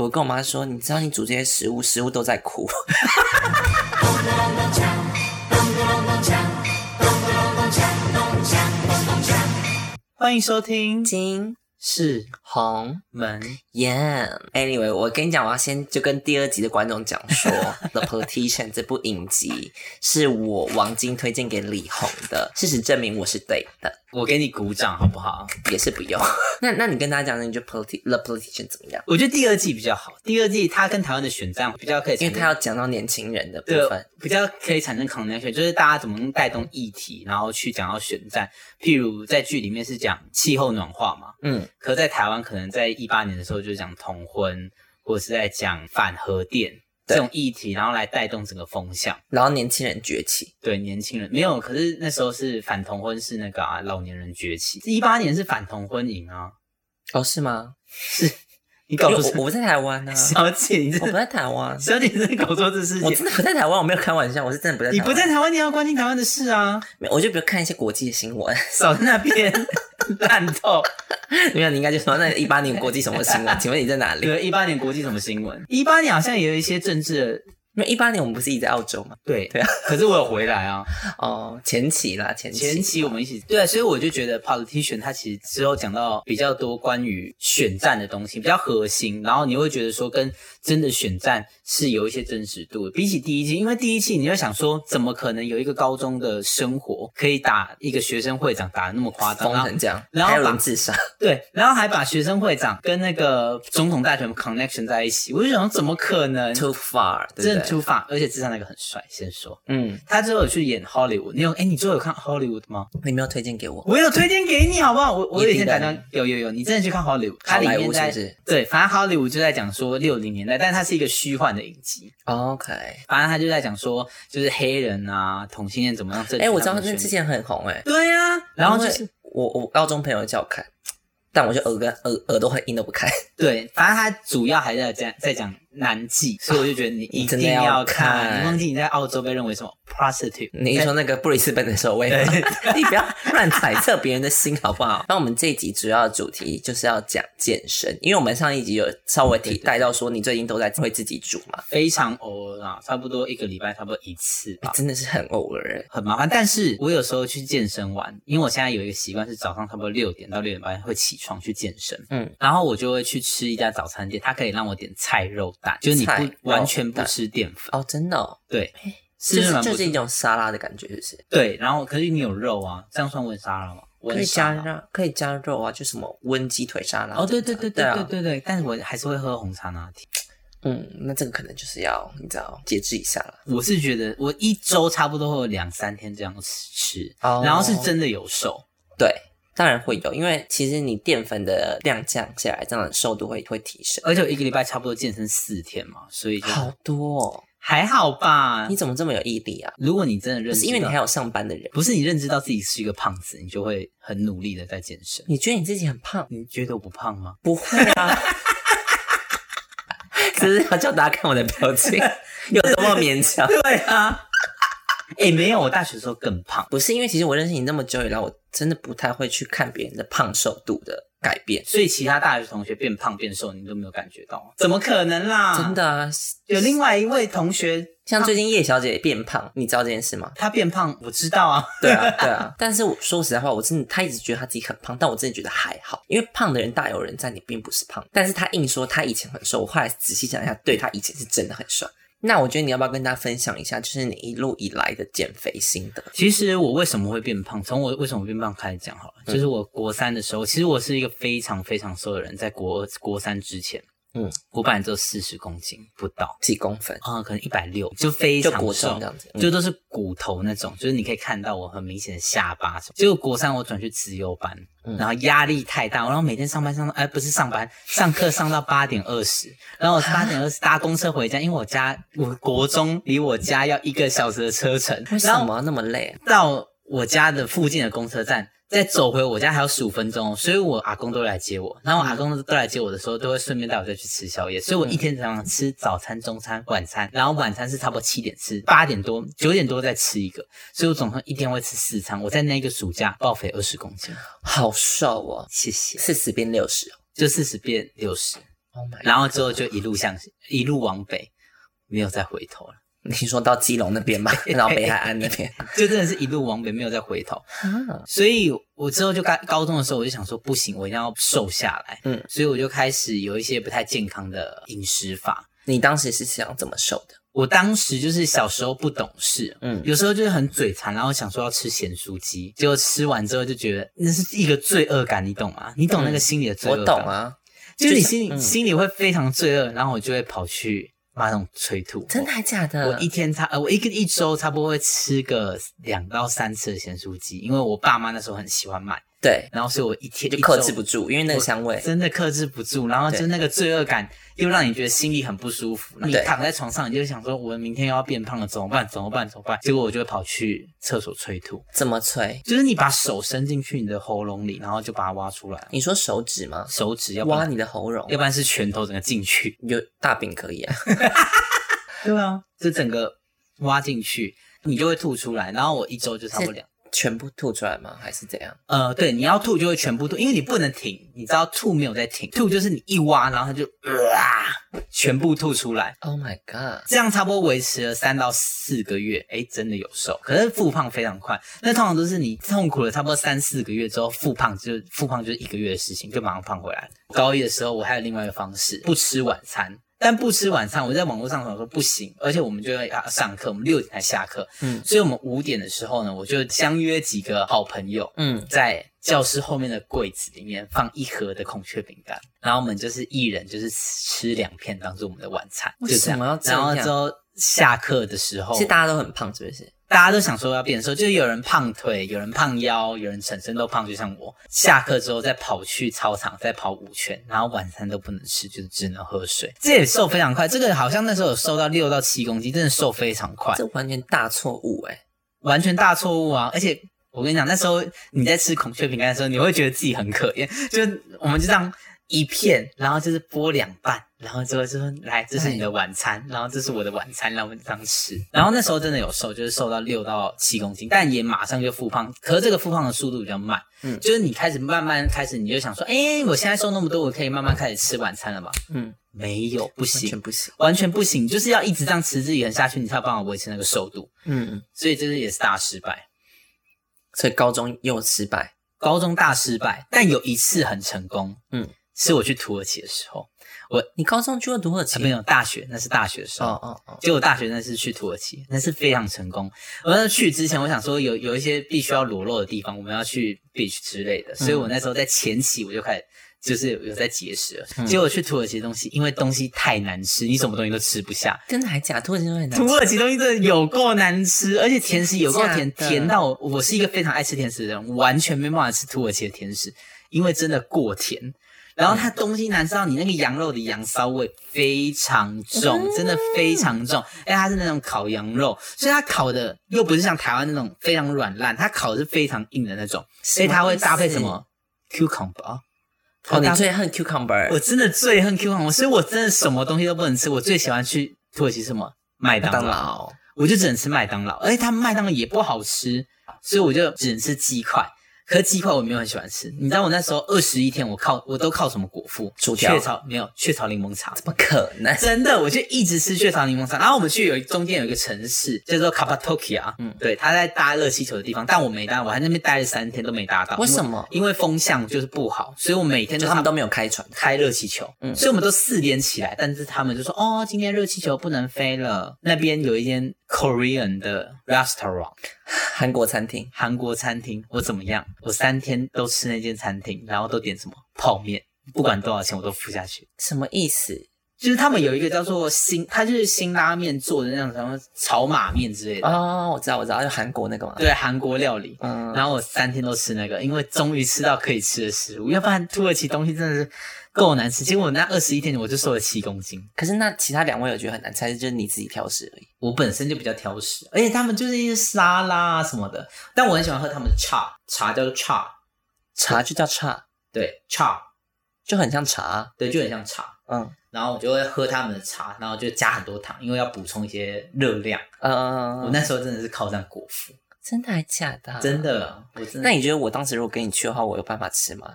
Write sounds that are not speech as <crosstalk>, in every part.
我跟我妈说，你知道你煮这些食物，食物都在 <laughs> 哭。欢迎收听金是红门， Yeah. Anyway，我跟你讲，我要先就跟第二集的观众讲 <laughs> 说，《The Politician》这部影集是我王晶推荐给李红的。事实证明我是对的，我给你鼓掌好不好？也是不用。那那你跟大家讲，你觉得《Politi The Politician》怎么样？我觉得第二季比较好，第二季它跟台湾的选战比较可以因产为生，他要讲到年轻人的部对分，比较可以产生 connection，就是大家怎么带动议题，然后去讲到选战。譬如在剧里面是讲气候暖化嘛，嗯，可在台湾可能在一八年的时候就是讲同婚，或者是在讲反核电这种议题，然后来带动整个风向。然后年轻人崛起，对年轻人没有，可是那时候是反同婚是那个啊老年人崛起，一八年是反同婚赢啊，哎哦，是吗？你因搞为错我我不在台湾呢、啊 <laughs> 小姐，你我不这在台湾，啊小姐真的搞错这事我真情。的不在台湾，我没有开玩笑，我是真的不在台你湾。不在台湾，你要关心台湾的事啊！没有，我就比如看一些国际的新闻。 <laughs> 少在那 <laughs> 边烂透。没有，你应该就说那一八年国际什么新闻？请问你在哪里？对，一八年国际什么新闻？一八年好像也有一些政治的，因为一八年我们不是一直在澳洲吗？对对啊。可是我有回来 <laughs> 啊，哦，前期啦，前期。前期我们一起对啊，所以我就觉得 politician 它其实之后讲到比较多关于选战的东西，比较核心，然后你会觉得说跟真的选战是有一些真实度的，比起第一季，因为第一季你会想说，怎么可能有一个高中的生活可以打一个学生会长打的那么夸张？疯然后成这样，然后还有把人自杀， <laughs> 对，然后还把学生会长跟那个总统大选 connection 在一起，我就想说怎么可能？ too far，对真不的对？出发，而且智商那个很帅，先说。嗯，他之后有去演 Hollywood，你有哎、你之后有看 Hollywood 吗？你没有推荐给我，我有推荐给你，好不好？我我有一一定天的打算有有有，你真的去看 Hollywood，它里好莱面坞是在不是对，反正 Hollywood 就在讲说六零年代，但它是一个虚幻的影集， ？OK，反正他就在讲说就是黑人啊、同性恋怎么样这。哎、我知道那之前很红哎、对呀、然后就是因为我我高中朋友叫我看，但我就耳根耳耳朵很硬都不开，对，反正他主要还在讲在讲 <laughs> 男妓，所以我就觉得你一真的定要要看。看你忘记你在澳洲被认为什么 prostitute？你一说那个布里斯本的守卫吗， <laughs> 你不要乱揣测别人的心，好不好？那我们这一集主要的主题就是要讲健身，因为我们上一集有稍微提带到说你最近都在会自己煮嘛，非常偶尔啦，差不多一个礼拜差不多一次吧，真的是很偶尔欸。很麻烦。但是我有时候去健身完，因为我现在有一个习惯是早上差不多六点到六点半会起床去健身，嗯嗯，然后我就会去吃一家早餐店，它可以让我点菜肉蛋，就是你菜肉不完全不蛋吃淀粉，哦，真的、哦，对，是就不是是蛮不就错是一种沙拉的感觉，是不是？对。然后可是你有肉啊，这样算温沙拉吗？可温以沙加拉。肉，可以加肉啊，就什么温鸡腿沙拉。哦，对对对对对啊，对对，但是我还是会喝红茶拿铁。嗯，那这个可能就是要你知道节制一下了。我是觉得我一周差不多会有两三天这样吃，哦然后是真的有瘦。对，当然会有，因为其实你淀粉的量降下来，这样的瘦度会会提升，而且我一个礼拜差不多健身四天嘛，所以就好多、哦。还好吧你。怎么这么有毅力啊？如果你真的认不识是到，因为你还有上班的人，不是你认知到自己是一个胖子，你就会很努力的在健身。你觉得你自己很胖？你觉得我不胖吗？不会啊， <laughs> 只是要叫大家看我的表情有多么勉强。对啊，哎、没有，我大学的时候更胖，不是因为其实我认识你那么久以来，我真的不太会去看别人的胖瘦度的改变。所以其他大学同学变胖变瘦，你都没有感觉到吗？怎么可能啦？真，的啊，有另外一位同学像最近叶小姐也变胖，你知道这件事吗？他变胖，我知道啊。对 <laughs> 啊，对啊。但是我说实在话，我真的她一直觉得她自己很胖，但我真的觉得还好，因为胖的人大有人在，你并不是胖。但是她硬说她以前很瘦，我后来仔细想一下，对她以前是真的很瘦。那我觉得你要不要跟大家分享一下，就是你一路以来的减肥心得？其实我为什么会变胖，从我为什么变胖开始讲好了。嗯就是我国三的时候，其实我是一个非常非常瘦的人，在国二、国三之前，嗯嗯，我本来只有四十公斤不到，几公分？啊、可能一百六，就非就常国中瘦这。样嗯子，就都是骨头那种，就是你可以看到我很明显的下巴什么。结果国三我转去资优班，嗯然后压力太大，然后每天上班上到，哎、不是上 <laughs> 班，上课上到八点二十，然后我八点二十搭公车回家，因为我家我国中离我家要一个小时的车程，为然后什么那么累啊？到我家的附近的公车站，再走回我家还有十五分钟哦，所以我阿公都会来接我。然后我阿公都来接我的时候，都会顺便带我再去吃宵夜，所以我一天常常吃早餐、中餐、晚餐，然后晚餐是差不多七点吃，八点多、九点多再吃一个，所以我总共一天会吃四餐。我在那个暑假暴肥二十公斤，好瘦哦，谢谢，四十变六十哦就四十变六十。 Oh my！然后之后就一路向一路往北，没有再回头了，你说到基隆那边 <laughs> 吧，然后北海岸那边，就真的是一路往北，没有再回头。 <laughs> 啊所以我之后就高高中的时候，我就想说不行，我一定要瘦下来。嗯嗯，所以我就开始有一些不太健康的饮食法。你当时是想怎么瘦的？我当时就是小时候不懂事，嗯，有时候就是很嘴馋，然后想说要吃咸酥鸡，结果吃完之后就觉得那是一个罪恶感，你懂吗？你懂那个心理的罪嗯我恶感？懂，啊，就是你就是心里、嗯心里会非常罪恶，然后我就会跑去马桶催吐。真的还假的？我一天差呃，我一个一周差不多会吃个两到三次的咸酥鸡，因为我爸妈那时候很喜欢买，对然后所以我一天就一克周制不住，因为那个香味，真的克制不住，然后对就那个罪恶感又让你觉得心里很不舒服。你躺在床上，你就想说，我明天又要变胖了，怎么办？怎么办？怎么办？结果我就会跑去厕所催吐，这么脆？就是你把手伸进去你的喉咙里，然后就把它挖出来，你说手指吗？手指要不挖然你的喉咙要，不然是拳头整个进去。有大饼可以啊？对啊，就整个挖进去，你就会吐出来。然后我一周就差不多两。全部吐出来吗？还是怎样？呃，对，你要吐就会全部吐，因为你不能停，你知道吐没有在停，吐就是你一挖，然后它就啊、全部吐出来， Oh my god！这样差不多维持了三到四个月，哎，真的有瘦，可是复胖非常快。那通常都是你痛苦了差不多三四个月之后，复胖就复胖就是一个月的事情，就马上胖回来了。高一的时候，我还有另外一个方式，不吃晚餐。但不吃晚餐，我在网络上想说不行，而且我们就要上课，我们六点才下课，嗯所以我们五点的时候呢，我就相约几个好朋友，嗯，在教室后面的柜子里面放一盒的孔雀饼干，然后我们就是一人就是吃两片当做我们的晚餐，为就这什么要样。这然样后之后下课的时候，是大家都很胖，是不是？大家都想说要变瘦，就是有人胖腿，有人胖腰，有人整身都胖，就像我。下课之后再跑去操场再跑五圈，然后晚餐都不能吃，就是只能喝水。这也瘦非常快，这个好像那时候有瘦到六到七公斤，真的瘦非常快。这完全大错误哎、完全大错误啊！而且我跟你讲，那时候你在吃孔雀饼干的时候，你会觉得自己很可怜，就我们就这样一片，然后就是剥两半，然后之后就说来，这是你的晚餐，然后这是我的晚餐，然后我们就这样吃。然后那时候真的有瘦，就是瘦到六到七公斤，但也马上就复胖，可是这个复胖的速度比较慢，嗯嗯，就是你开始慢慢开始，你就想说，哎，我现在瘦那么多，我可以慢慢开始吃晚餐了吧？嗯，没有，不完全行。不行。完全不行，就是要一直这样持之以恒下去，你才有办法维持那个瘦度。嗯，所以这是也是大失败。所以高中又失败。高中大失败，但有一次很成功，嗯嗯，是我去土耳其的时候，你高中去了土耳啊其？没有大学，那是大学的时哦候。哦哦，结果大学那次去土耳其，那是非常成功。我那去之前，我想说有有一些必须要裸露的地方，我们要去 beach 之类的，所以我那时候在前期我就开始就是有在节食了。结果去土耳其的东西，因为东西太难吃，你什么东西都吃不下，真的还假？土耳其都很难土吃。耳其东西真的有够难吃，而且甜食有够甜，真的甜到我我是一个非常爱吃甜食的人，完全没办法吃土耳其的甜食，因为真的过甜。然后它东西难吃到你那个羊肉的羊骚味非常重，真的非常重。哎，它是那种烤羊肉，所以它烤的又不是像台湾那种非常软烂，它烤的是非常硬的那种，所以它会搭配什么 cucumber。哦，你搭配最恨 cucumber，我真的最恨 cucumber，所以我真的什么东西都不能吃。我最喜欢去土耳其是什么麦麦当当劳。劳。我就只能吃麦当劳，而且他们麦当劳也不好吃，所以我就只能吃鸡块。可是鸡块我没有很喜欢吃，你知道我那时候二十一天，我靠，我都靠什么果腹？薯条雀巢没有，雀巢柠檬茶。怎么可能？真的，我就一直吃雀巢柠檬茶。然后我们去有一中间有一个城市叫做 Cappadocia，嗯嗯，对，他在搭热气球的地方，但我没搭，我还在那边待了三天都没搭到。为什么因为？因为风向就是不好，所以我每天就都他们都没有开船。开热气球，嗯所以我们都四点起来，但是他们就说哦，今天热气球不能飞了。那边有一间 Korean 的 restaurant 韩国餐厅，韩国餐厅，我怎么样？我三天都吃那间餐厅，然后都点什么泡面，不管多少钱我都付下去。什么意思？就是他们有一个叫做辛，它就是辛拉面做的那种什么炒马面之类的，哦，我知道，我知道，就韩国那个嘛。对，韩国料理。嗯，然后我三天都吃那个，因为终于吃到可以吃的食物，要不然土耳其东西真的是够难吃。结果我那二十一天我就瘦了七公斤，可是那其他两位有觉得很难猜，就是你自己挑食而已。我本身就比较挑食，而且他们就是一些沙拉啊什么的，但我很喜欢喝他们的茶，茶叫做茶，茶就叫茶，对，茶，就很像茶。对，就很像茶。嗯然后我就会喝他们的茶，然后就加很多糖，因为要补充一些热量。我呃，那时候真的是靠上果腹，真的还假的啊？真的，我真那的。你觉得我当时如果跟你去的话，我有办法吃吗？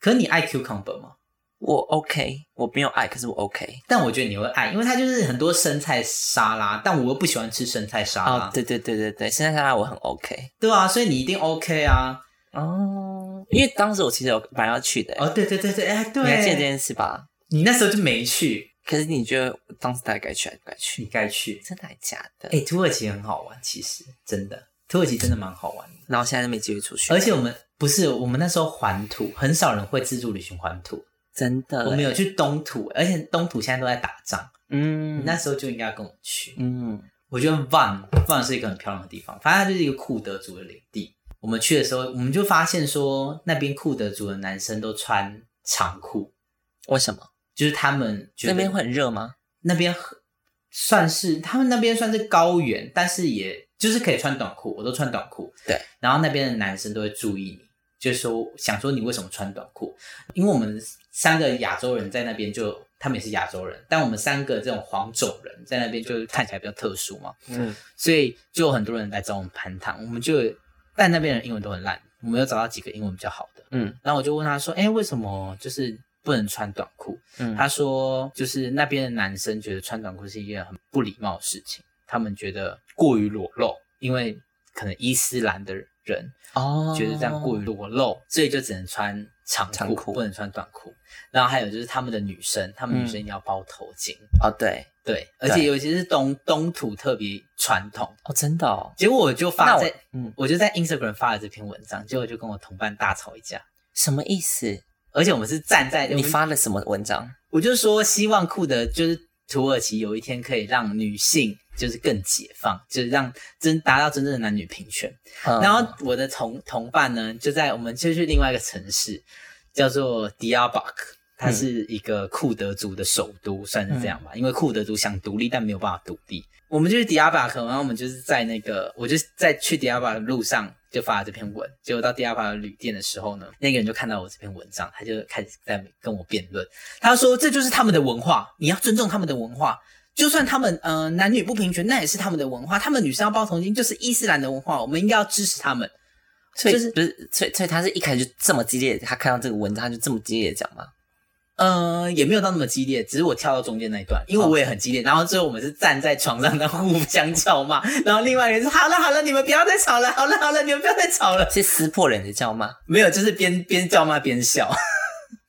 可你爱 cucumber 吗？我 OK，我没有爱，可是我 OK。但我觉得你会爱，因为它就是很多生菜沙拉，但我又不喜欢吃生菜沙拉，哦，对对对对对，现在沙拉我很 OK 对啊，所以你一定 OK 啊。哦，因为当时我其实有本来要去的、哦，对对对对，哎，对，你还记得这件事吧？你那时候就没去，可是你觉得我当时大概该去还是不该去？你该去。真的还假的？哎、土耳其很好玩，其实真的，土耳其真的蛮好玩的。然后现在都没机会出去，而且我们不是我们那时候环土，很少人会自助旅行环土，真的、我们有去东土，而且东土现在都在打仗，嗯，那时候就应该跟我们去。嗯，我觉得万万是一个很漂亮的地方，反正它就是一个库德族的领地。我们去的时候，我们就发现说，那边库德族的男生都穿长裤，为什么就是他们觉得那边会很热吗？那边很算是他们那边算是高原，但是也就是可以穿短裤，我都穿短裤。对，然后那边的男生都会注意你，就是说想说你为什么穿短裤，因为我们三个亚洲人在那边就他们也是亚洲人，但我们三个这种黄种人在那边就是看起来比较特殊嘛，嗯，所以就有很多人来找我们攀谈，我们就但那边人英文都很烂，我们有找到几个英文比较好的，嗯，然后我就问他说，哎、为什么就是不能穿短裤？嗯他说，就是那边的男生觉得穿短裤是一件很不礼貌的事情，他们觉得过于裸露，因为可能伊斯兰的人哦觉得这样过于裸露，所以就只能穿长长裤不能穿短裤。然后还有就是他们的女生，他们女生要包头巾，哦，嗯对，对，而且尤其是东东土特别传统。哦，真的哦。结果我就那发我在。嗯，我就在 Instagram 发了这篇文章，结果就跟我同伴大吵一架，什么意思？而且我们是站在你发了什么文章？ <laughs> 我就说希望库德就是土耳其有一天可以让女性就是更解放，就是让真达到真正的男女平权。嗯然后我的同同伴呢，就在我们就去另外一个城市，叫做迪亚巴克。它是一个库德族的首都，算是这样吧，因为库德族想独立，但没有办法独立。我们就是迪亚巴克，然后我们就是在那个，我就在去迪亚巴克的路上就发了这篇文。结果到迪亚巴克旅店的时候呢，那个人就看到我这篇文章，他就开始在跟我辩论。他说这就是他们的文化，你要尊重他们的文化。就算他们呃男女不平权，那也是他们的文化。他们女生要包头巾，就是伊斯兰的文化，我们应该要支持他们。所以就是不是，所以所以他是一开始就这么激烈，他看到这个文章他就这么激烈的讲吗？呃，也没有到那么激烈，只是我跳到中间那一段，因为我也很激烈。然后最后我们是站在床上，然后互相叫骂。然后另外一个人说：“好了好了，你们不要再吵了，好了好了，你们不要再吵了。是撕破脸的叫吗？”没有，就是边边叫骂边笑，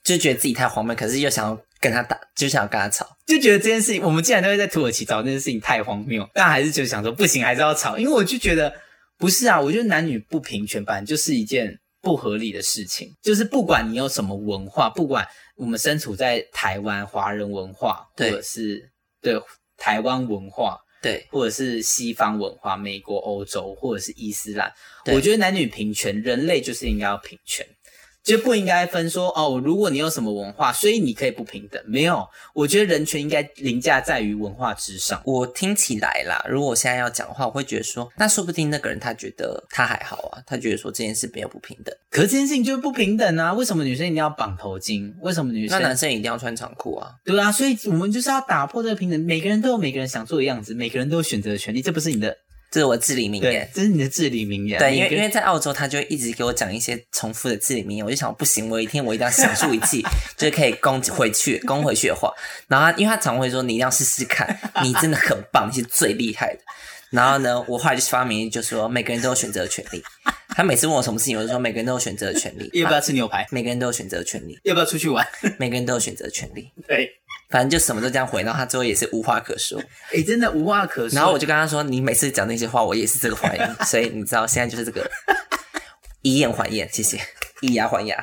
就觉得自己太荒谬，可是又想要跟他打，就想要跟他吵。就觉得这件事情，我们既然都会在土耳其吵，这件事情太荒谬，但还是就想说不行，还是要吵，因为我就觉得不是啊，我觉得男女不平权本来就是一件不合理的事情，就是不管你有什么文化，不管我们身处在台湾华人文化，或对者是对台湾文化，对，或者是西方文化，美国、欧洲，或者是伊斯兰，对我觉得男女平权，人类就是应该要平权，就不应该分说哦，如果你有什么文化，所以你可以不平等。没有，我觉得人权应该凌驾在于文化之上。我听起来啦，如果我现在要讲的话，我会觉得说，那说不定那个人他觉得他还好啊，他觉得说这件事没有不平等，可是这件事情就是不平等啊！为什么女生一定要绑头巾？为什么女那生？男生一定要穿长裤啊？对啊，所以我们就是要打破这个平等。每个人都有每个人想做的样子，每个人都有选择的权利。这不是你的，这是我至理名对言，。这是啊你的至理名言。对，因为每个因人为在澳洲，他就一直给我讲一些重复的至理名言，我就想不行，我有一天我一定要想出一句就是可以攻回去、攻回去的话。然后他，因为他常会说你一定要试试看，你真的很棒，你是最厉害的。然后呢，我后来就发明就说每个人都有选择的权利。他每次问我什么事情，我就说每个人都有选择的权利，要不啊要吃牛排？每个人都有选择的权利，要不要出去玩？ <laughs> 每个人都有选择的权利。对。反正就什么都这样回，然后他最后也是无话可说。哎、真的无话可说。然后我就跟他说：“你每次讲那些话，我也是这个反应， <laughs> 所以你知道现在就是这个以眼还眼，谢谢，以牙还牙。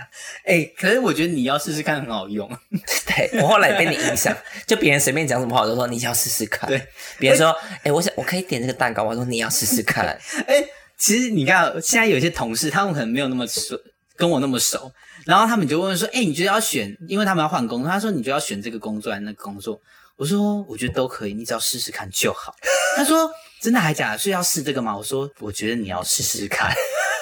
哎、可是我觉得你要试试看，很好用。 <laughs> 对我后来也被你影响，就别人随便讲什么话，我都说你要试试看。对，别人说：“哎、我想我可以点这个蛋糕吗，我说你要试试 <laughs> 看。哎、其实你看，哦现在有些同事，他们可能没有那么熟，跟我那么熟，然后他们就问说：“哎、你觉得要选？因为他们要换工作，他说你就要选这个工作还是那个工作？”我说：“我觉得都可以，你只要试试看就好。”他说：“真的还假的？所以要试这个吗？”我说：“我觉得你要试试看。”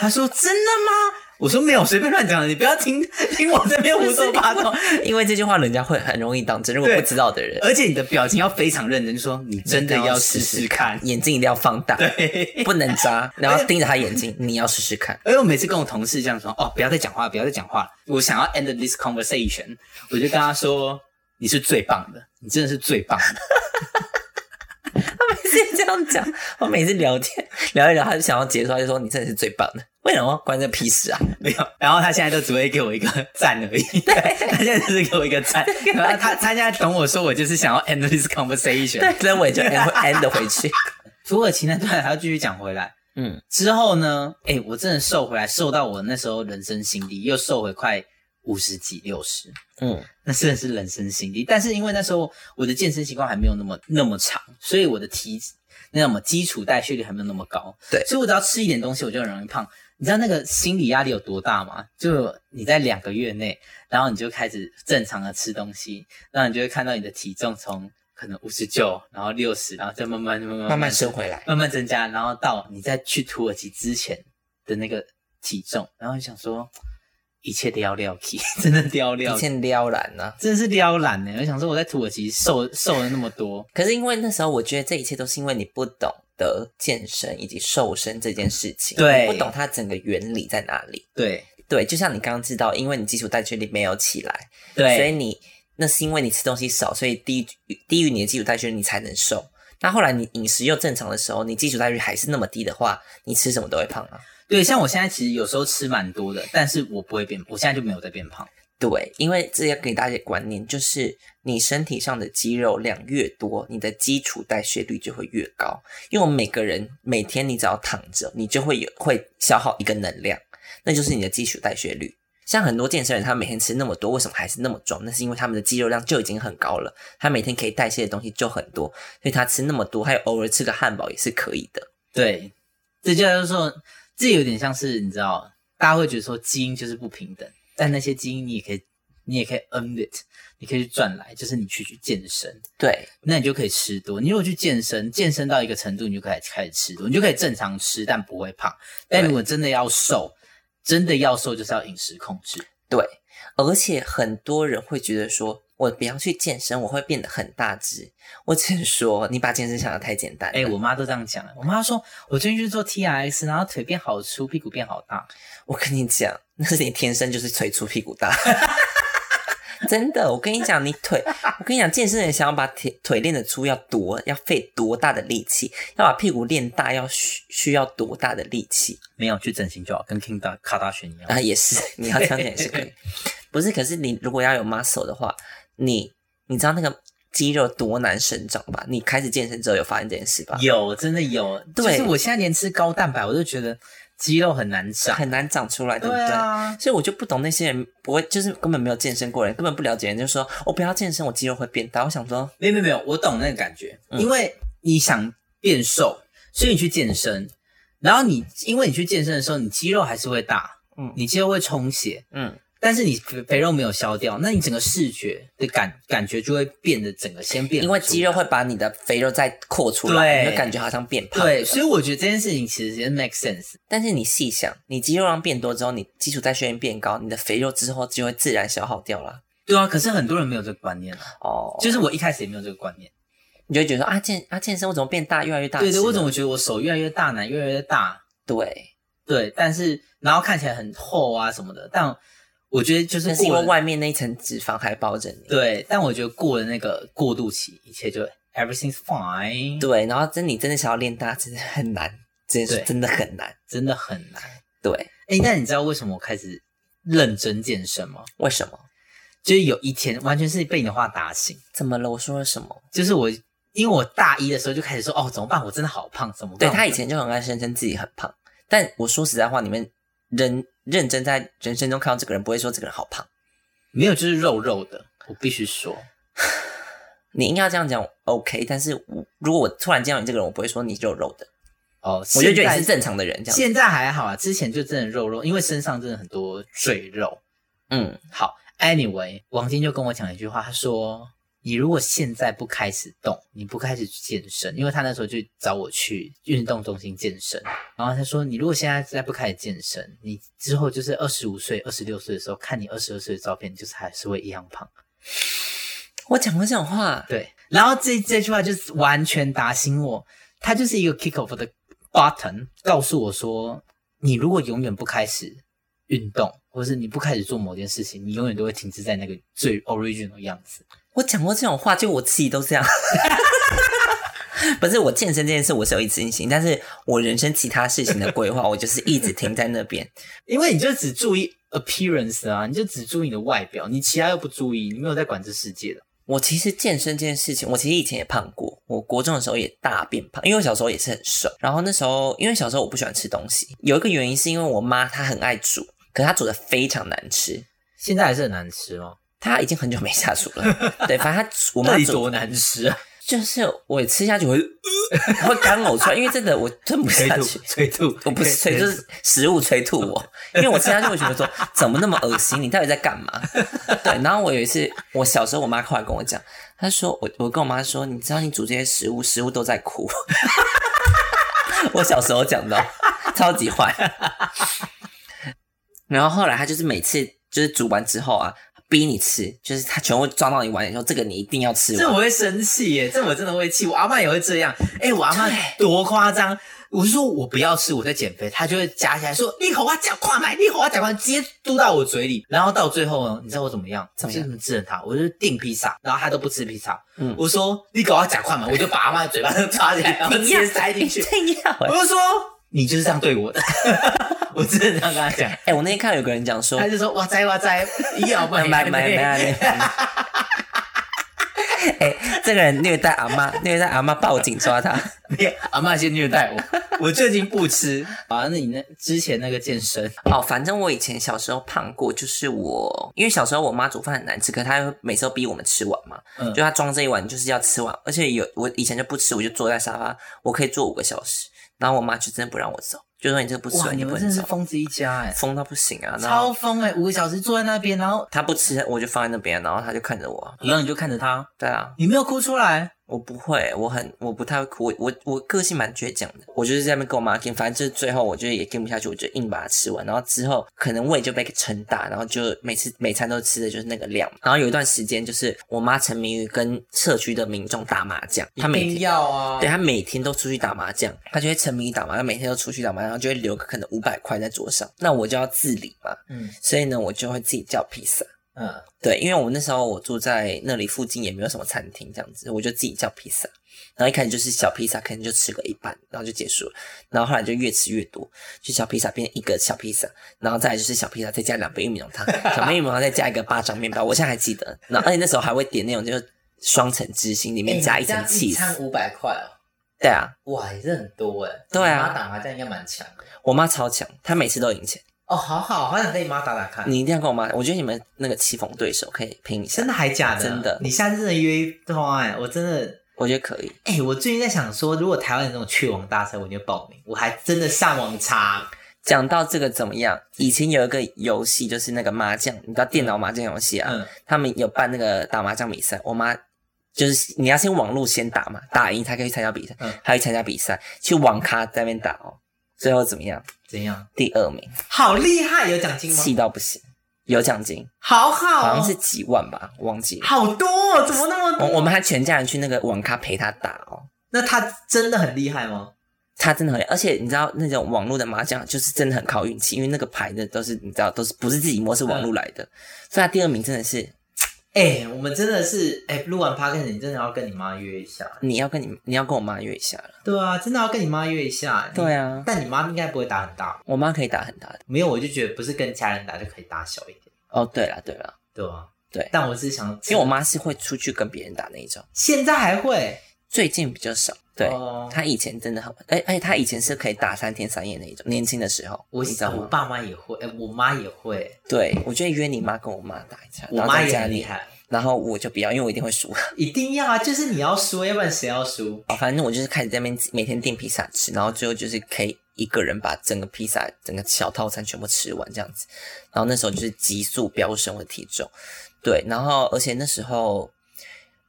他说真的吗？我说没有，随便乱讲的，你不要听听 <laughs> 我这边胡说八道。因为这句话人家会很容易当真，如果对不知道的人，而且你的表情要非常认真，就说你真的要试试看。 <laughs> 眼睛一定要放大，对，不能眨，然后盯着他眼睛，你要试试 <laughs> 看。而哎我每次跟我同事这样说，哦，不要再讲话，不要再讲话，我想要 end this conversation，我就跟他说，你是最棒的，你真的是最棒的。每次这样讲，我每次聊天聊一聊，他就想要结束，他就说你真的是最棒的。为什么关这屁事啊？没有，然后他现在都只会给我一个赞而已。对，他现在就是给我一个赞。然后他他现在懂我说，我就是想要 end this conversation。对，所以我也就 end end 得回去。土耳其那段还要继续讲回来。嗯，之后呢，哎、我真的瘦回来，瘦到我那时候人生新低，又瘦回快五十几、六十，嗯，那真的是人生新低。但是因为那时候我的健身习惯还没有那么那么长，所以我的体那么基础代谢率还没有那么高，对所以我只要吃一点东西，我就很容易胖。你知道那个心理压力有多大吗？就你在两个月内，然后你就开始正常的吃东西，然后你就会看到你的体重从可能五十九，然后六十，然后再慢慢慢慢慢慢升回来。慢慢增加，然后到你在去土耳其之前的那个体重，然后就想说一切撩撩起， <laughs> 真的撩以撩起，前撩然啊呢、真的是撩懒欸呢、我想说我在土耳其瘦瘦了那么多，可是因为那时候，我觉得这一切都是因为你不懂得健身以及瘦身这件事情，对你不懂它整个原理在哪里。对对，就像你刚刚知道，因为你基础代谢率没有起来，所以对你那是因为你吃东西少，所以低于低于你的基础代谢率，你才能瘦。那后来你饮食又正常的时候，你基础代谢率还是那么低的话，你吃什么都会胖啊。对，像我现在其实有时候吃蛮多的，但是我不会变，我现在就没有在变胖。对，因为这要给大家一个观念，就是你身体上的肌肉量越多，你的基础代谢率就会越高。因为我们每个人每天你只要躺着，你就会有会消耗一个能量，那就是你的基础代谢率。像很多健身人，他每天吃那么多，为什么还是那么壮？那是因为他们的肌肉量就已经很高了，他每天可以代谢的东西就很多，所以他吃那么多，还有偶尔吃个汉堡也是可以的。对，这就叫做这有点像是你知道，大家会觉得说基因就是不平等，但那些基因你也可以，你也可以 earn it，你可以去赚来，就是你去去健身。对，那你就可以吃多。你如果去健身，健身到一个程度，你就可以开始吃多，你就可以正常吃，但不会胖。但对如果真的要瘦，真的要瘦，就是要饮食控制。对，而且很多人会觉得说，我不要去健身，我会变得很大只。我只能说，你把健身想得太简单了。哎、我妈都这样讲。我妈说，我最近去做 T R X，然后腿变好粗，屁股变好大。我跟你讲，那是你天生就是腿粗屁股大。 <laughs> 真的，我跟你讲，你腿，我跟你讲，健身人想要把腿腿练得粗，要多要费多大的力气，要把屁股练大，要需需要多大的力气没有去整形就好，跟 King 大卡达选一样。啊？也是， <laughs> 你要这样讲也是可 <laughs> 以。不是，可是你如果要有 muscle 的话，你你知道那个肌肉多难生长吧？你开始健身之后有发现这件事吧？有，真的有。对就是我现在连吃高蛋白，我都觉得肌肉很难长。很难长出来，对不对？啊，所以我就不懂那些人不会，就是根本没有健身过的人，根本不了解人，就说哦我不要健身，我肌肉会变大。我想说，没有没有没有，我懂那个感觉，嗯因为你想变瘦，所以你去健身，然后你因为你去健身的时候，你肌肉还是会大，嗯你肌肉会充血，嗯，但是你肥肥肉没有消掉，那你整个视觉的感感觉就会变得整个先变，因为肌肉会把你的肥肉再扩出来，对你会感觉好像变胖。对，所以我觉得这件事情其实也 make sense，但是你细想，你肌肉量变多之后，你基础代谢率变高，你的肥肉之后就会自然消耗掉啦。对啊，可是很多人没有这个观念啊，哦，就就是我一开始也没有这个观念，你就会觉得说啊健啊健身我怎么变大，越来越大只对了？对，我怎么觉得我手越来越大呢，奶越来越大，对？对，但是然后看起来很厚啊什么的，但我觉得就是那是过因了为外面那一层脂肪还包着你。对，但我觉得过了那个过渡期，一切就 everything's fine，对，然后真你真的想要练大，真的很难，真的是对真的很难。真的很难。对，哎，那你知道为什么我开始认真健身吗？为什么？就是有一天完全是被你的话打醒，怎么了？我说了什么？就是我因为我大一的时候就开始说，哦，怎么办？我真的好胖，怎么对办？他以前就很爱声称自己很胖，但我说实在话，你们人认真在人生中看到这个人，不会说这个人好胖。没有就是肉肉的，我必须说，你应该要这样讲，OK？但是我如果我突然见到你这个人，我不会说你肉肉的，哦，我就觉得你现是在正常的人这样子。现在还好啊，之前就真的肉肉，因为身上真的很多赘肉。嗯，好，anyway，王晶就跟我讲一句话，他说：“你如果现在不开始动，你不开始去健身，因为他那时候就找我去运动中心健身，然后他说你如果现在再不开始健身，你之后就是二十五岁、二十六岁的时候看你二十二岁的照片，你就是还是会一样胖。我讲过这种话，对，然后这这句话就是完全打醒我，它就是一个 kick off 的 button，告诉我说，你如果永远不开始运动，或是你不开始做某件事情，你永远都会停滞在那个最 original 的样子。我讲过这种话，就我自己都这样。 <laughs> 不是我健身这件事，我是有一直进行，但是我人生其他事情的规 <laughs> 划，我就是一直停在那边。因为你就只注意 appearance 啊，你就只注意你的外表，你其他又不注意，你没有在管这世界的。我其实健身这件事情，我其实以前也胖过，我国中的时候也大变胖，因为我小时候也是很瘦。然后那时候，因为小时候我不喜欢吃东西，有一个原因是因为我妈她很爱煮，可是她煮的非常难吃。现在还是很难吃哦，她已经很久没下厨了， <laughs> 对，反正她煮我到妈底煮多难吃啊？就是我吃下去我会、呃、会干呕出来，因为真的我吞不催 <laughs> 下吐去，，催吐，我不是催，吐就是食物催吐我，因为我吃下去我觉得说怎么那么恶心，你到底在干嘛？ <laughs> 对，然后我有一次，我小时候我妈后来跟我讲，她说我我跟我妈说，你知道你煮这些食物，食物都在哭。 <laughs> 我小时候讲的哦，超级坏。然后后来她就是每次就是煮完之后啊，逼你吃，就是她全部装到你碗里说这个你一定要吃完这。我会生气耶，这我真的会气。我阿妈也会这样，哎、我阿妈多夸张！我是说我不要吃，我在减肥，她就会夹起来说：“你口我啊讲快买，你口我讲快，直接嘟到我嘴里。”然后到最后呢，你知道我怎么样？怎么我样就这么制衡她？我就订披萨，然后她都不吃披萨。嗯我说：“你口我啊讲快买。”我就把阿妈的嘴巴抓 <laughs> 起来，然后直接塞进 <laughs> 去。这样欸我就说：“你就是这样对我的。” <laughs> 我真的这样跟她讲，哎、我那天看到有个人讲说 <laughs> 她，就说：“哇塞哇 <laughs> 塞，一样买买买买！” <laughs> 哎，这个人虐待阿妈，虐待阿妈，报警抓他。 <laughs> 阿妈先虐待 <laughs> 我，我最近不吃。啊，那你那之前那个健身，哦，反正我以前小时候胖过，就是我，因为小时候我妈煮饭很难吃，可她会每次都逼我们吃完嘛，嗯就她装这一碗就是要吃完，而且有我以前就不吃，我就坐在沙发，我可以坐五个小时，然后我妈就真的不让我走，就说你这个不吃哇，完你就不们能真的是走，疯子一家哎、疯到不行啊，然后超疯哎、五个小时坐在那边，然后她不吃我就放在那边，然后她就看着我，然后你就看着他，对啊，你没有哭出来，我不会，我很我不太会哭，我我我个性蛮倔强的，我就是在那边跟我妈跟，反正就是最后我就也跟不下去，我就硬把它吃完，然后之后可能胃就被撑大，然后就每次每餐都吃的就是那个量，然后有一段时间就是我妈沉迷于跟社区的民众打麻将，她每一定天。要啊对，她每天都出去打麻将，她就会沉迷于打麻将，每天都出去打麻将，然后就会留个可能五百块在桌上，那我就要自理嘛，嗯所以呢，我就会自己叫披萨。嗯，对，因为我那时候我住在那里附近，也没有什么餐厅这样子，我就自己叫披萨。然后一开始就是小披萨，可能就吃个一半，然后就结束了。然后后来就越吃越多，就小披萨变一个小披萨，然后再来就是小披萨，再加两杯玉米浓汤，小杯玉米浓汤再加一个巴掌面包，我现在还记得。然后而且那时候还会点那种就是双层之心，里面哎加一层 cheese、五百块哦。对啊，哇，也是很多哎、对啊你妈打麻将应该蛮强的。我妈超强，她每次都赢钱。哦，好好，好想跟你妈打打看。你一定要跟我妈，我觉得你们那个棋逢对手可以拼一下真，的还假的？真的你下次真的约一通哎、我真的我觉得可以。哎、我最近在想说，如果台湾有那种去王大赛，我就报名。我还真的上网查，讲到这个怎么样？以前有一个游戏就是那个麻将，你知道电脑麻将游戏啊，嗯，他们有办那个打麻将比赛。我妈就是你要先网络先打嘛，打赢才可以参加比赛，嗯还有去参加比赛，去网咖在那边打哦。最后怎么样？怎样？第二名，好厉害，有奖金吗？气到不行，有奖金，好好哦，好像是几万吧，忘记了。好多、哦，怎么那么我多？我们还全家人去那个网咖陪他打哦。那他真的很厉害吗？他真的很，而且你知道那种网络的麻将就是真的很靠运气，因为那个牌的都是你知道都是不是自己摸，是网嗯络来的，所以他第二名真的是哎、我们真的是哎，录、完 p o d 你真的要跟你妈约一下。你要跟你你要跟我妈约一下了。对啊，真的要跟你妈约一下。你对啊但你妈应该不会打很大，我妈可以打很大的。没有，我就觉得不是跟家人打就可以打小一点，哦，对了对了，对啊？对但我只是想，因为我妈是会出去跟别人打那一种，现在还会，最近比较少。对，哦她以前真的很，而而且她以前是可以打三天三夜那一种，年轻的时候，我你知道我吗？爸妈也会，哎、我妈也会，对，我觉得约你妈跟我妈打一下，我然后妈在也家很厉里，害，然后我就不要，因为我一定会输。一定要啊，就是你要输，要不然谁要输？哦，反正我就是开始在那边每天订披萨吃，然后最后就是可以一个人把整个披萨、整个小套餐全部吃完这样子。然后那时候就是急速飙升我的体重，对，然后而且那时候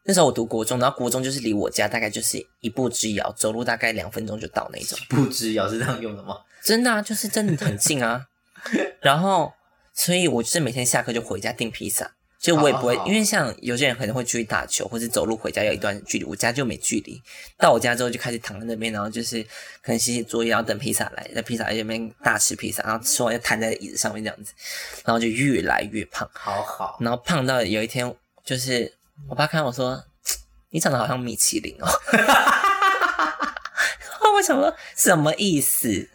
那时候我读国中，然后国中就是离我家大概就是一步之遥，走路大概两分钟就到那种。不知遥是这样用的吗？真的啊，就是真的很近啊。然后，所以我就是每天下课就回家订披萨，就我也不会，哦因为像有些人可能会出去打球，或是走路回家有一段距离，我家就没距离。到我家之后就开始躺在那边，然后就是可能写写作业，然后等披萨来，在披萨来那边大吃披萨，然后吃完就瘫在椅子上面这样子，然后就越来越胖，好好，然后胖到有一天就是我爸看我说：“你长得好像米其林哦。” <laughs> 我想说什么意思？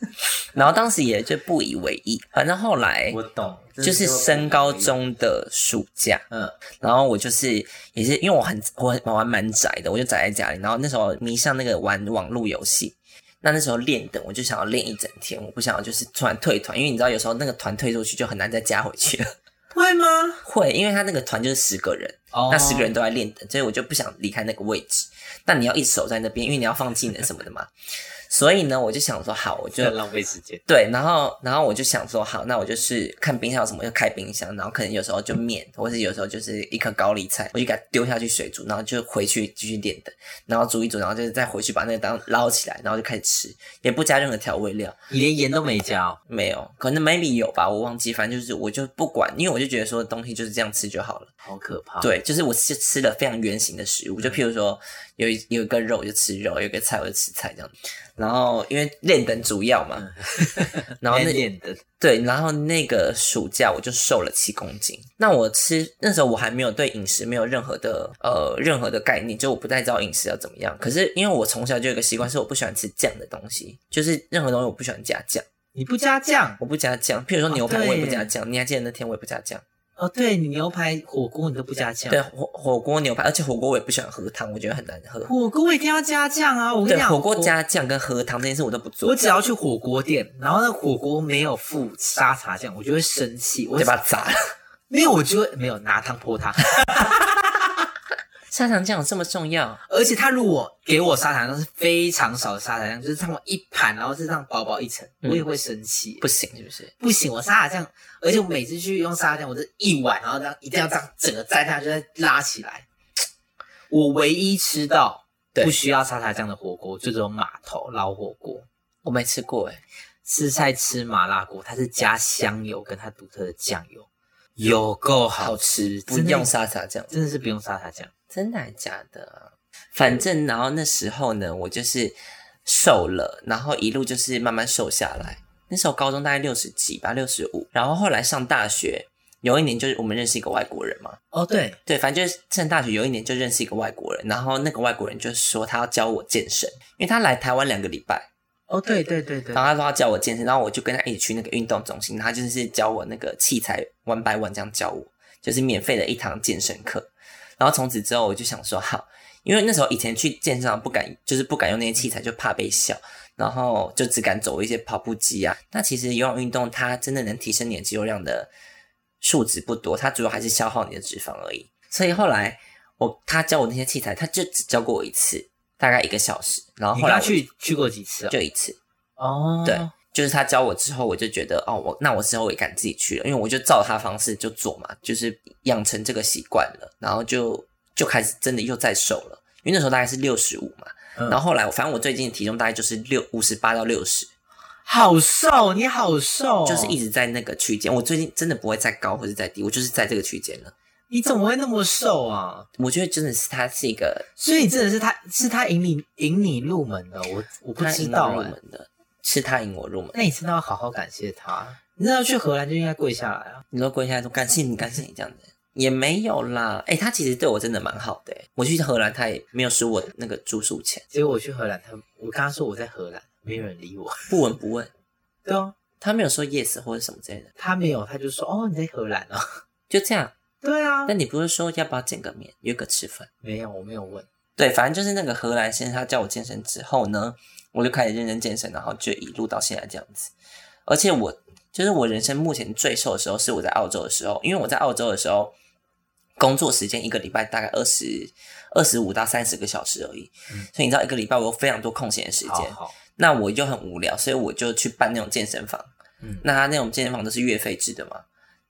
然后当时也就不以为意，反正后来我懂，哎就是升高，中的暑假，嗯，然后我就是也是因为我很我很我玩蛮宅的，我就宅在家里，然后那时候迷上那个玩网络游戏。那那时候练等，我就想要练一整天，我不想要就是突然退团，因为你知道有时候那个团退出去就很难再加回去了。 <laughs> 会吗？会，因为他那个团就是十个人，哦那十个人都在练等，所以我就不想离开那个位置。那你要一直守在那边，因为你要放技能什么的嘛。所以呢，我就想说，好，我就就浪费时间。对，然后然后我就想说，好，那我就是看冰箱有什么就开冰箱，然后可能有时候就面，或是有时候就是一颗高丽菜，我就给它丢下去水煮，然后就回去继续练的，然后煮一煮，然后就是再回去把那个当捞起来，然后就开始吃，也不加任何调味料，你连盐都没加哦，没有，可能 maybe 有吧，我忘记，反正就是我就不管，因为我就觉得说东西就是这样吃就好了。好可怕。，对，就是我是吃了非常圆形的食嗯物，就譬如说有一有一个肉我就吃肉，有一个菜我就吃菜这样。然后因为练等主要嘛， <laughs> 然后那嗯练的对，然后那个暑假我就瘦了七公斤。那我吃那时候我还没有对饮食没有任何的呃任何的概念，就我不太知道饮食要怎么样。可是因为我从小就有一个习惯，是我不喜欢吃酱的东西，就是任何东西我不喜欢加酱，你不加酱我不加酱。譬如说哦牛排我也不对加耶酱，你还记得那天我也不加酱。哦？对你牛排火锅你都不加酱，对，火火锅牛排，而且火锅我也不喜欢喝汤，我觉得很难喝。火锅一定要加酱啊！我跟你对，讲，火锅加酱跟喝汤这件事我都不我，我做，只要去火锅店，然后那火锅没有附沙茶酱，我就会生气。我我就把它砸了。 <laughs> 没有，我就会没有拿汤 <laughs> 泼他。沙糖酱有这么重要？而且他如果给我沙茶酱是非常少的沙茶酱，就是这么一盘，然后是这样薄薄一层，嗯我也会生气。不行，是不是？不行，我沙茶酱，而且我每次去用沙茶酱，我这一碗，然后这样一定要这样整个蘸下去再拉起来。我唯一吃到对不需要沙茶酱的火锅，就只有码头老火锅。我没吃过哎、是在吃麻辣锅，它是加香油跟它独特的酱油，有够好吃，不真的用沙茶酱，真的是不用沙茶酱。真的还假的啊？反正然后那时候呢，我就是瘦了，然后一路就是慢慢瘦下来。那时候高中大概六十几吧，六十五。然后后来上大学，有一年就是我们认识一个外国人嘛，哦，对，对，反正就是上大学有一年就认识一个外国人，然后那个外国人就说他要教我健身，因为他来台湾两个礼拜，哦，对对对对然，后他说他教我健身，然后我就跟他一起去那个运动中心，他就是教我那个器材 one by one 这样教我，就是免费的一堂健身课。然后从此之后我就想说好，因为那时候以前去健身房不敢，就是不敢用那些器材，就怕被笑，然后就只敢走一些跑步机啊。那其实有氧运动它真的能提升你的肌肉量的数值不多，它主要还是消耗你的脂肪而已。所以后来我他教我那些器材，他就只教过我一次，大概一个小时。然后你后跟来他我去去过几次啊？就一次。哦，对，就是他教我之后，我就觉得哦，我那我之后也敢自己去了，因为我就照他方式就做嘛，就是养成这个习惯了，然后就就开始真的又再瘦了，因为那时候大概是六十五嘛，嗯然后后来我反正我最近的体重大概就是六五十八到六十，好瘦，你好瘦哦，就是一直在那个区间。我最近真的不会再高或者再低，我就是在这个区间了。你怎么会那么瘦啊？我觉得真的是它是一个所以真的是他是他引你引你入门的，我我不它知引道我入哎、门的，是他引我入门。那你真的要好好感谢他，你知道去荷兰就应该跪下来啊。你都跪下来说感谢你，感谢你这样子。也没有啦，哎、他其实对我真的蛮好的、我去荷兰，他也没有收我那个住宿钱，结果我去荷兰，他我跟他说我在荷兰，没有人理我。 <laughs> 不闻不问，对啊，他没有说 yes 或者什么之类的，他没有，他就说哦你 <laughs> 在荷兰啊。就这样。对啊，但你不是说要不要见个面，约个吃饭？没有，我没有问。对，反正就是那个荷兰先生他叫我健身之后呢，我就开始认真健身，然后就一路到现在这样子。而且我就是我人生目前最瘦的时候是我在澳洲的时候，因为我在澳洲的时候工作时间一个礼拜大概二十二十五到三十个小时而已，嗯所以你知道一个礼拜我有非常多空闲的时好间，好，那我就很无聊，所以我就去办那种健身房。嗯那他那种健身房都是月费制的嘛，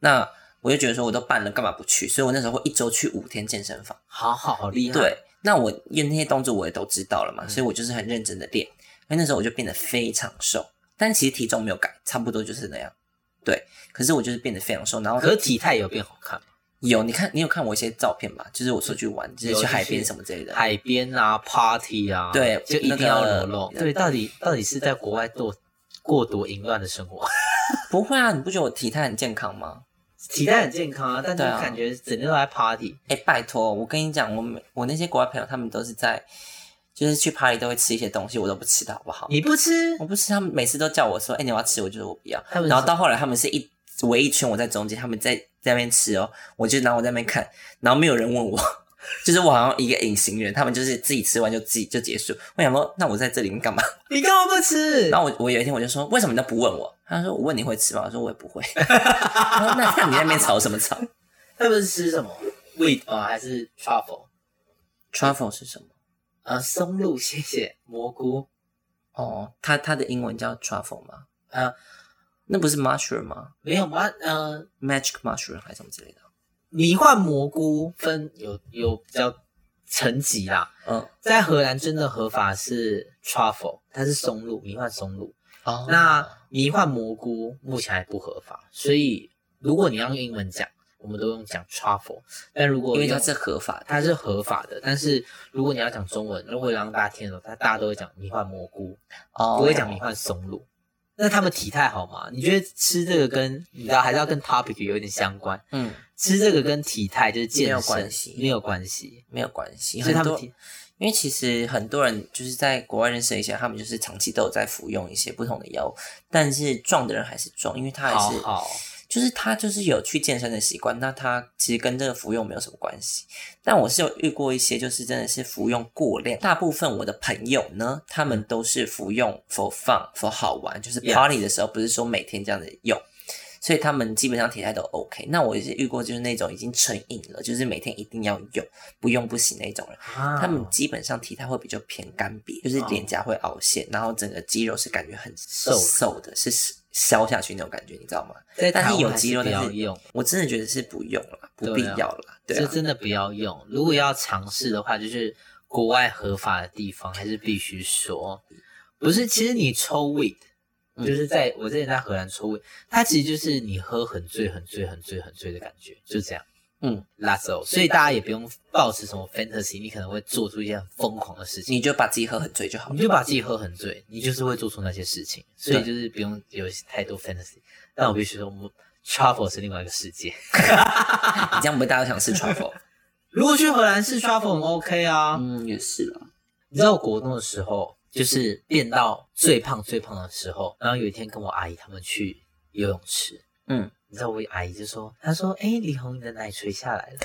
那我就觉得说我都办了，干嘛不去？所以我那时候会一周去五天健身房。好好好厉害，嗯对，那我因为那些动作我也都知道了嘛，所以我就是很认真的练。因为那时候我就变得非常瘦，但其实体重没有改，差不多就是那样。对，可是我就是变得非常瘦，然后可是体态有变好看吗，有你看，你有看我一些照片吧？就是我出去玩，就是去海边什么之类的。海边啊，party 啊，对就一那定要个裸露。对，到底到底是在国外过过多淫乱的生活， <laughs> 不会啊，你不觉得我体态很健康吗？体态很健康啊，但是对啊感觉整天都在 party。哎、拜托，我跟你讲，我每我那些国外朋友，他们都是在，就是去 party 都会吃一些东西，我都不吃的好不好？你不吃我不吃，他们每次都叫我说，哎、你要不要吃，我就说我不要。他们是然后到后来，他们是一围一圈，我在中间，他们在在那边吃哦，我就然后我在那边看，然后没有人问我， <laughs> 就是我好像一个隐形人，他们就是自己吃完就自己就结束。我想说，那我在这里面干嘛？ <laughs> 你干嘛不吃然？后我我有一天我就说，为什么你都不问我？他说我问你会吃吗？我说我也不 <laughs> 会。他说那那你在那边吵什么吵他们是吃什么？wheat 吗？还是 truffle？ ？Truffle 是什么？呃，松露，谢谢。蘑菇，哦，它它的英文叫 truffle 吗？呃，那不是 mushroom 吗没有吗？呃， ？Magic mushroom 还是什么之类的？迷幻蘑菇分有有比较层级啦。嗯，在荷兰真的合法是 truffle，它是松露，迷幻松露。哦那迷幻蘑菇目前还不合法，所以如果你要用英文讲，我们都用讲 truffle。但如果因为它用是合法的，它是合法的，但是如果你要讲中文，如果让大家听得懂，它大家都会讲迷幻蘑菇，哦，不会讲迷幻松露。那他们体态好吗？你觉得吃这个跟你知道还是要跟 topic 有点相关？嗯，吃这个跟体态就是健身没有关系没有关系。没有关系。所以很他们多，体因为其实很多人就是在国外认识的一些，他们就是长期都有在服用一些不同的药物，但是壮的人还是壮，因为他还好是好，就是他就是有去健身的习惯，那他其实跟这个服用没有什么关系。但我是有遇过一些，就是真的是服用过量。大部分我的朋友呢，他们都是服用 for fun for 好玩，就是嗯 Yeah. party 的时候，不是说每天这样子用。所以他们基本上体态都 OK。那我也是遇过，就是那种已经成瘾了，就是每天一定要用，不用不行那种人。他他们基本上体态会比较偏干瘪，就是脸颊会凹陷，然后整个肌肉是感觉很瘦的瘦的，是消下去那种感觉，你知道吗？在但台是湾有还肌肉不但要是用，我真的觉得是不用了，不对必啊要了。对这啊，真的不要用。如果要尝试的话，就是国外合法的地方还是必须说，不是。其实你抽 weed，嗯就是在我之前在荷兰抽 weed，它其实就是你喝很醉、很醉、很醉、很醉的感觉，就这样。嗯，That's all。所以大家也不用抱持什么 fantasy，你可能会做出一些很疯狂的事情。你就把自己喝很醉就好你 <laughs> 了。就把自己喝很醉，你就是会做出那些事情，所啊以就是不用有太多 fantasy。但我必须说，我们 truffle 是另外一个世界。你这样不会大家都想吃 truffle？如果去荷兰吃 truffle 很 OK 啊， <laughs> 嗯，也是啦。你知道我国中的时候，就是变到最胖最胖的时候，然后有一天跟我阿姨他们去游泳池，嗯，你知道我阿姨就说，她说：“哎、李红，你的奶垂下来了。”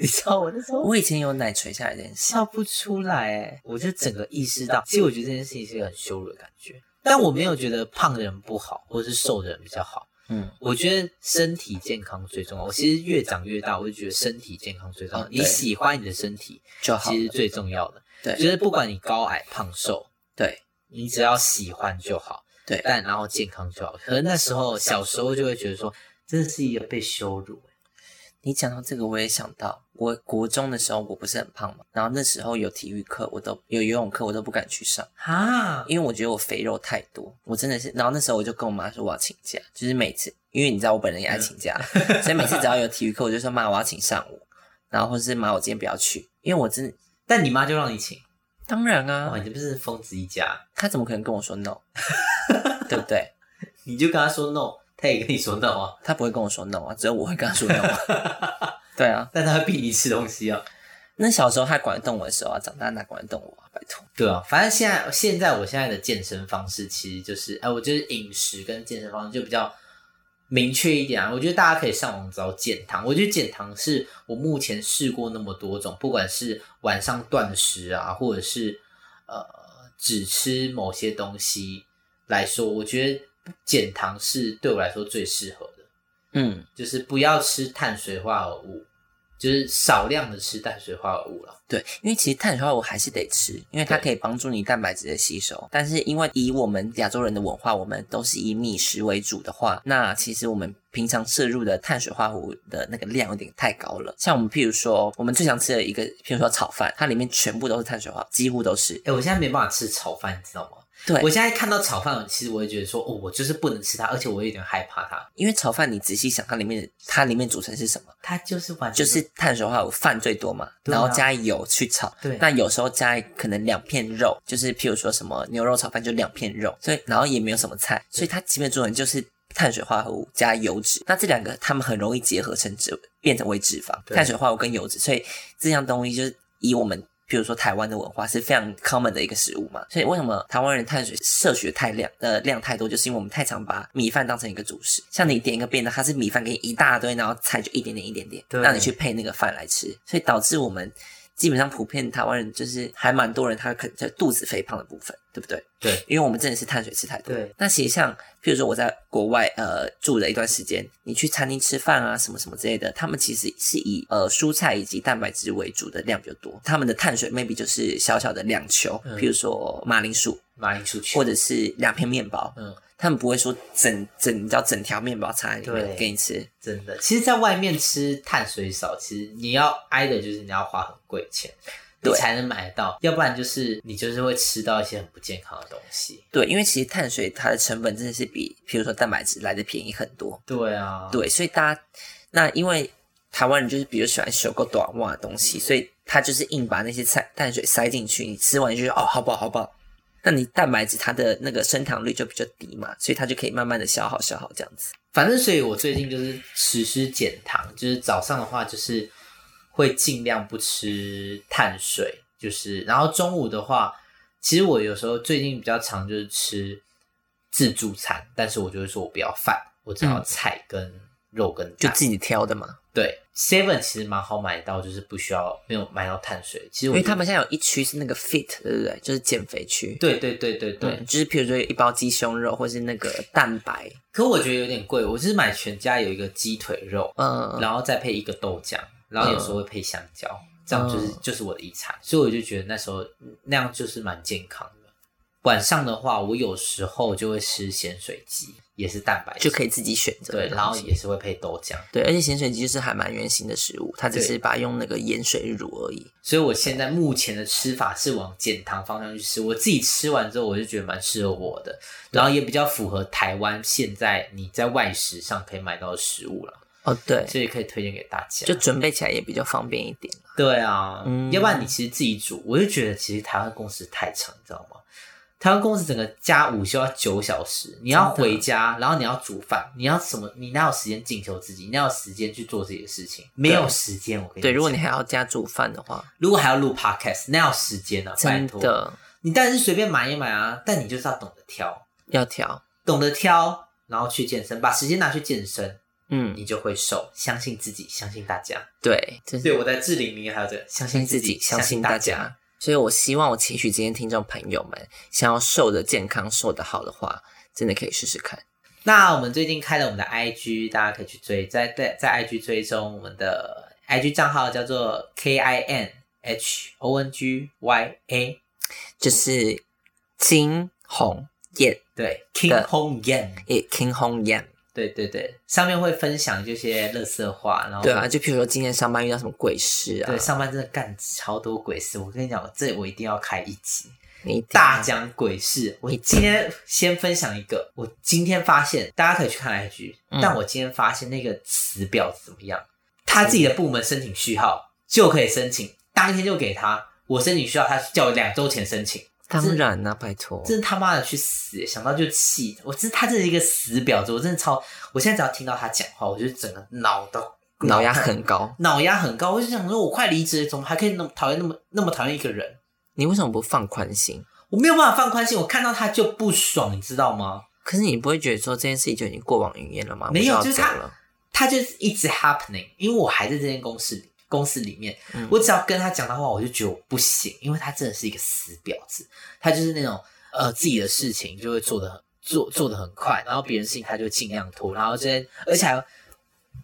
你知道我那时候我以前有奶垂下来这件事，笑不出来、欸，我就整个意识到，其实我觉得这件事情是一个很羞辱的感觉。但我没有觉得胖的人不好，或是瘦的人比较好。嗯，我觉得身体健康最重要。我其实越长越大，我就觉得身体健康最重要。哦对你喜欢你的身体，就好其实了。最重要的。对就是不管你高矮胖瘦，对你只要喜欢就好，对，但然后健康就好。可能那时候小时候就会觉得说，真的是一个被羞辱、欸你讲到这个，我也想到，我国中的时候我不是很胖嘛，然后那时候有体育课，我都有游泳课，我都不敢去上，啊！因为我觉得我肥肉太多，我真的是。然后那时候我就跟我妈说我要请假，就是每次，因为你知道我本人也爱请假，所以每次 <laughs> 只要有体育课，我就说妈，我要请上午，然后或是妈，我今天不要去，因为我真的但你妈就让你请，当然啊哇，，你这不是疯子一家？他怎么可能跟我说 <laughs> no？对不对？你就跟她说 no，她也跟你说 no 啊，他不会跟我说 no 啊，只有我会跟他说 no 啊。 <laughs> 对啊，但她会逼你吃东西啊。那小时候他管得动我的时候啊，长大哪管得动我啊？拜托。对啊，反正现在现在我现在的健身方式其实就是，哎、我就是饮食跟健身方式就比较明确一点啊。我觉得大家可以上网找减糖，我觉得减糖是我目前试过那么多种，不管是晚上断食啊，或者是呃只吃某些东西来说，我觉得减糖是对我来说最适合的。嗯，就是不要吃碳水化合物，就是少量的吃碳水化合物了。对，因为其实碳水化合物还是得吃，因为它对可以帮助你蛋白质的吸收。但是因为以我们亚洲人的文化，我们都是以米食为主的话，那其实我们平常摄入的碳水化合物的那个量有点太高了。像我们譬如说，我们最常吃的一个，譬如说炒饭，它里面全部都是碳水化，几乎都是。哎、我现在没办法吃炒饭，你知道吗？对我，现在看到炒饭，其实我会觉得说，哦，我就是不能吃它，而且我有点害怕它。因为炒饭你仔细想，它里面的它里面组成是什么？它就是完就全是碳水化合物饭最多嘛，对然啊后加油去炒。对那有时候加可能两片肉，就是譬如说什么牛肉炒饭就两片肉，所以然后也没有什么菜，所以它基本作用就是碳水化合物加油脂。那这两个它们很容易结合成脂，变成为脂肪，对碳水化合物跟油脂，所以这样东西就是以我们。比如说台湾的文化是非常 common 的一个食物嘛，所以为什么台湾人碳水摄取的太量呃量太多，就是因为我们太常把米饭当成一个主食。像你点一个便当，它是米饭给你一大堆，然后菜就一点点一点点，对让你去配那个饭来吃，所以导致我们基本上普遍台湾人就是还蛮多人他可能在肚子肥胖的部分，对不对？对，因为我们真的是碳水吃太多。对，那其实像譬如说我在国外呃住了一段时间，你去餐厅吃饭啊什么什么之类的，他们其实是以呃蔬菜以及蛋白质为主的量比较多，他们的碳水 maybe 就是小小的两球，嗯譬如说马铃薯马铃薯去或者是两片面包，嗯，他们不会说整整你知道整条面包插在里面对给你吃。真的，其实，在外面吃碳水少，其实你要挨的就是你要花很贵的钱，你对才能买得到，要不然就是你就是会吃到一些很不健康的东西。对，因为其实碳水它的成本真的是比，譬如说蛋白质来的便宜很多。对啊，对，所以大家那因为台湾人就是比较喜欢收购短袜的东西，所以他就是硬把那些菜碳水塞进去，你吃完就觉得哦，好饱好饱。那你蛋白质它的那个升糖率就比较低嘛，所以它就可以慢慢的消耗消耗这样子。反正所以我最近就是实施减糖，就是早上的话就是会尽量不吃碳水，就是然后中午的话，其实我有时候最近比较常就是吃自助餐，但是我就会说我不要饭，我只要嗯菜跟肉跟就蛋。自己挑的嘛，对，Seven 其实蛮好买到，就是不需要没有买到碳水。其实因我为觉得他们现在有一区是那个 fit，对不对？就是减肥区。对对对对对，嗯就是譬如说有一包鸡胸肉，或是那个蛋白，可我觉得有点贵。我是买全家有一个鸡腿肉，嗯，然后再配一个豆浆，然后有时候会配香蕉，这样就是嗯就是我的一餐。所以我就觉得那时候嗯那样就是蛮健康的。晚上的话，我有时候就会吃咸水鸡，也是蛋白质，就可以自己选择的对，东西。然后也是会配豆浆。对，而且咸水鸡就是还蛮原型的食物，它只是对把它用那个盐水乳而已。所以我现在目前的吃法是往减糖方向去吃。我自己吃完之后，我就觉得蛮适合我的，然后也比较符合台湾现在你在外食上可以买到的食物了，哦，对，所以可以推荐给大家。就准备起来也比较方便一点。对啊，嗯要不然你其实自己煮，我就觉得其实台湾公司太长，你知道吗？台湾公司整个加午休要九小时，你要真的回家，然后你要煮饭，你要什么？你哪有时间进修自己？你哪有时间去做自己的事情？没有时间，我跟你对，如果你讲还要加煮饭的话，如果还要录 podcast，那有时间呢、啊？拜真托，的你当然是随便买一买啊，但你就是要懂得挑，要调。懂得挑，然后去健身，把时间拿去健身，嗯，你就会瘦。相信自己，相信大家。对，真是对，我在志玲玲还有这个，相相信信自自己，己，相相信信大大家家。。所以我希望我期许今天听众朋友们，想要瘦的健康、瘦的好的话，真的可以试试看。那我们最近开了我们的 IG，大家可以去追，在在在 IG 追踪我们的 IG 账号叫做 K I N H O N G Y A，就是金红燕，对，King Hong Yan，也金红燕。对对对，上面会分享这些乐色话，然后对啊，就譬如说今天上班遇到什么鬼事啊哦对，，上班真的干超多鬼事，我跟你讲，这我一定要开一集你一定大讲鬼事。嗯我今天先分享一个，我今天发现大家可以去看 IG，、嗯但我今天发现那个死婊子怎么样？他自己的部门申请序号就可以申请，当天就给他。我申请序号，他叫我两周前申请，当然啦、拜托，真他妈的去死！想到就气，我真他真是一个死婊子，我真的超，我现在只要听到他讲话，我就整个脑到脑压很高。脑压很高，我就想说，我快离职了，怎么还可以那么讨厌那么那么讨厌一个人？你为什么不放宽心？我没有办法放宽心，我看到他就不爽，你知道吗？可是你不会觉得说这件事情就已经过往云烟了吗？没有我就就要是走他了。他就是一直 happening，因为我还在这间公司里公司里面，嗯我只要跟他讲的话，我就觉得我不行，因为他真的是一个死婊子，他就是那种呃自己的事情就会做的很做做的很快，然后别人事情他就尽量拖，然后这而且还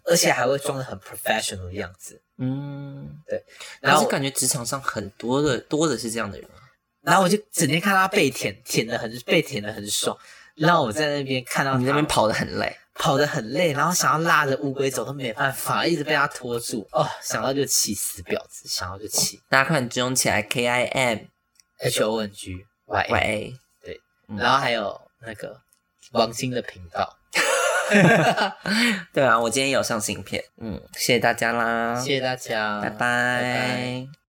而且还会装的很 professional 的样子。嗯，然然后后感觉职场上很多的多的是这样的人啊，然后我就整天看他被舔，舔的很被舔的很爽。然后我在那边看到哦你那他边跑得很累，跑得很累，然后想要拉着乌龟走都没办法，一直被他拖住。哦，想到就气，死婊子，想到就气。大家快点追踪起来，K I M H O N G Y Y A， A，嗯然后还有那个王晶的频道，对啊，我今天有上新片，嗯，谢谢大家啦，谢谢大家，拜拜。拜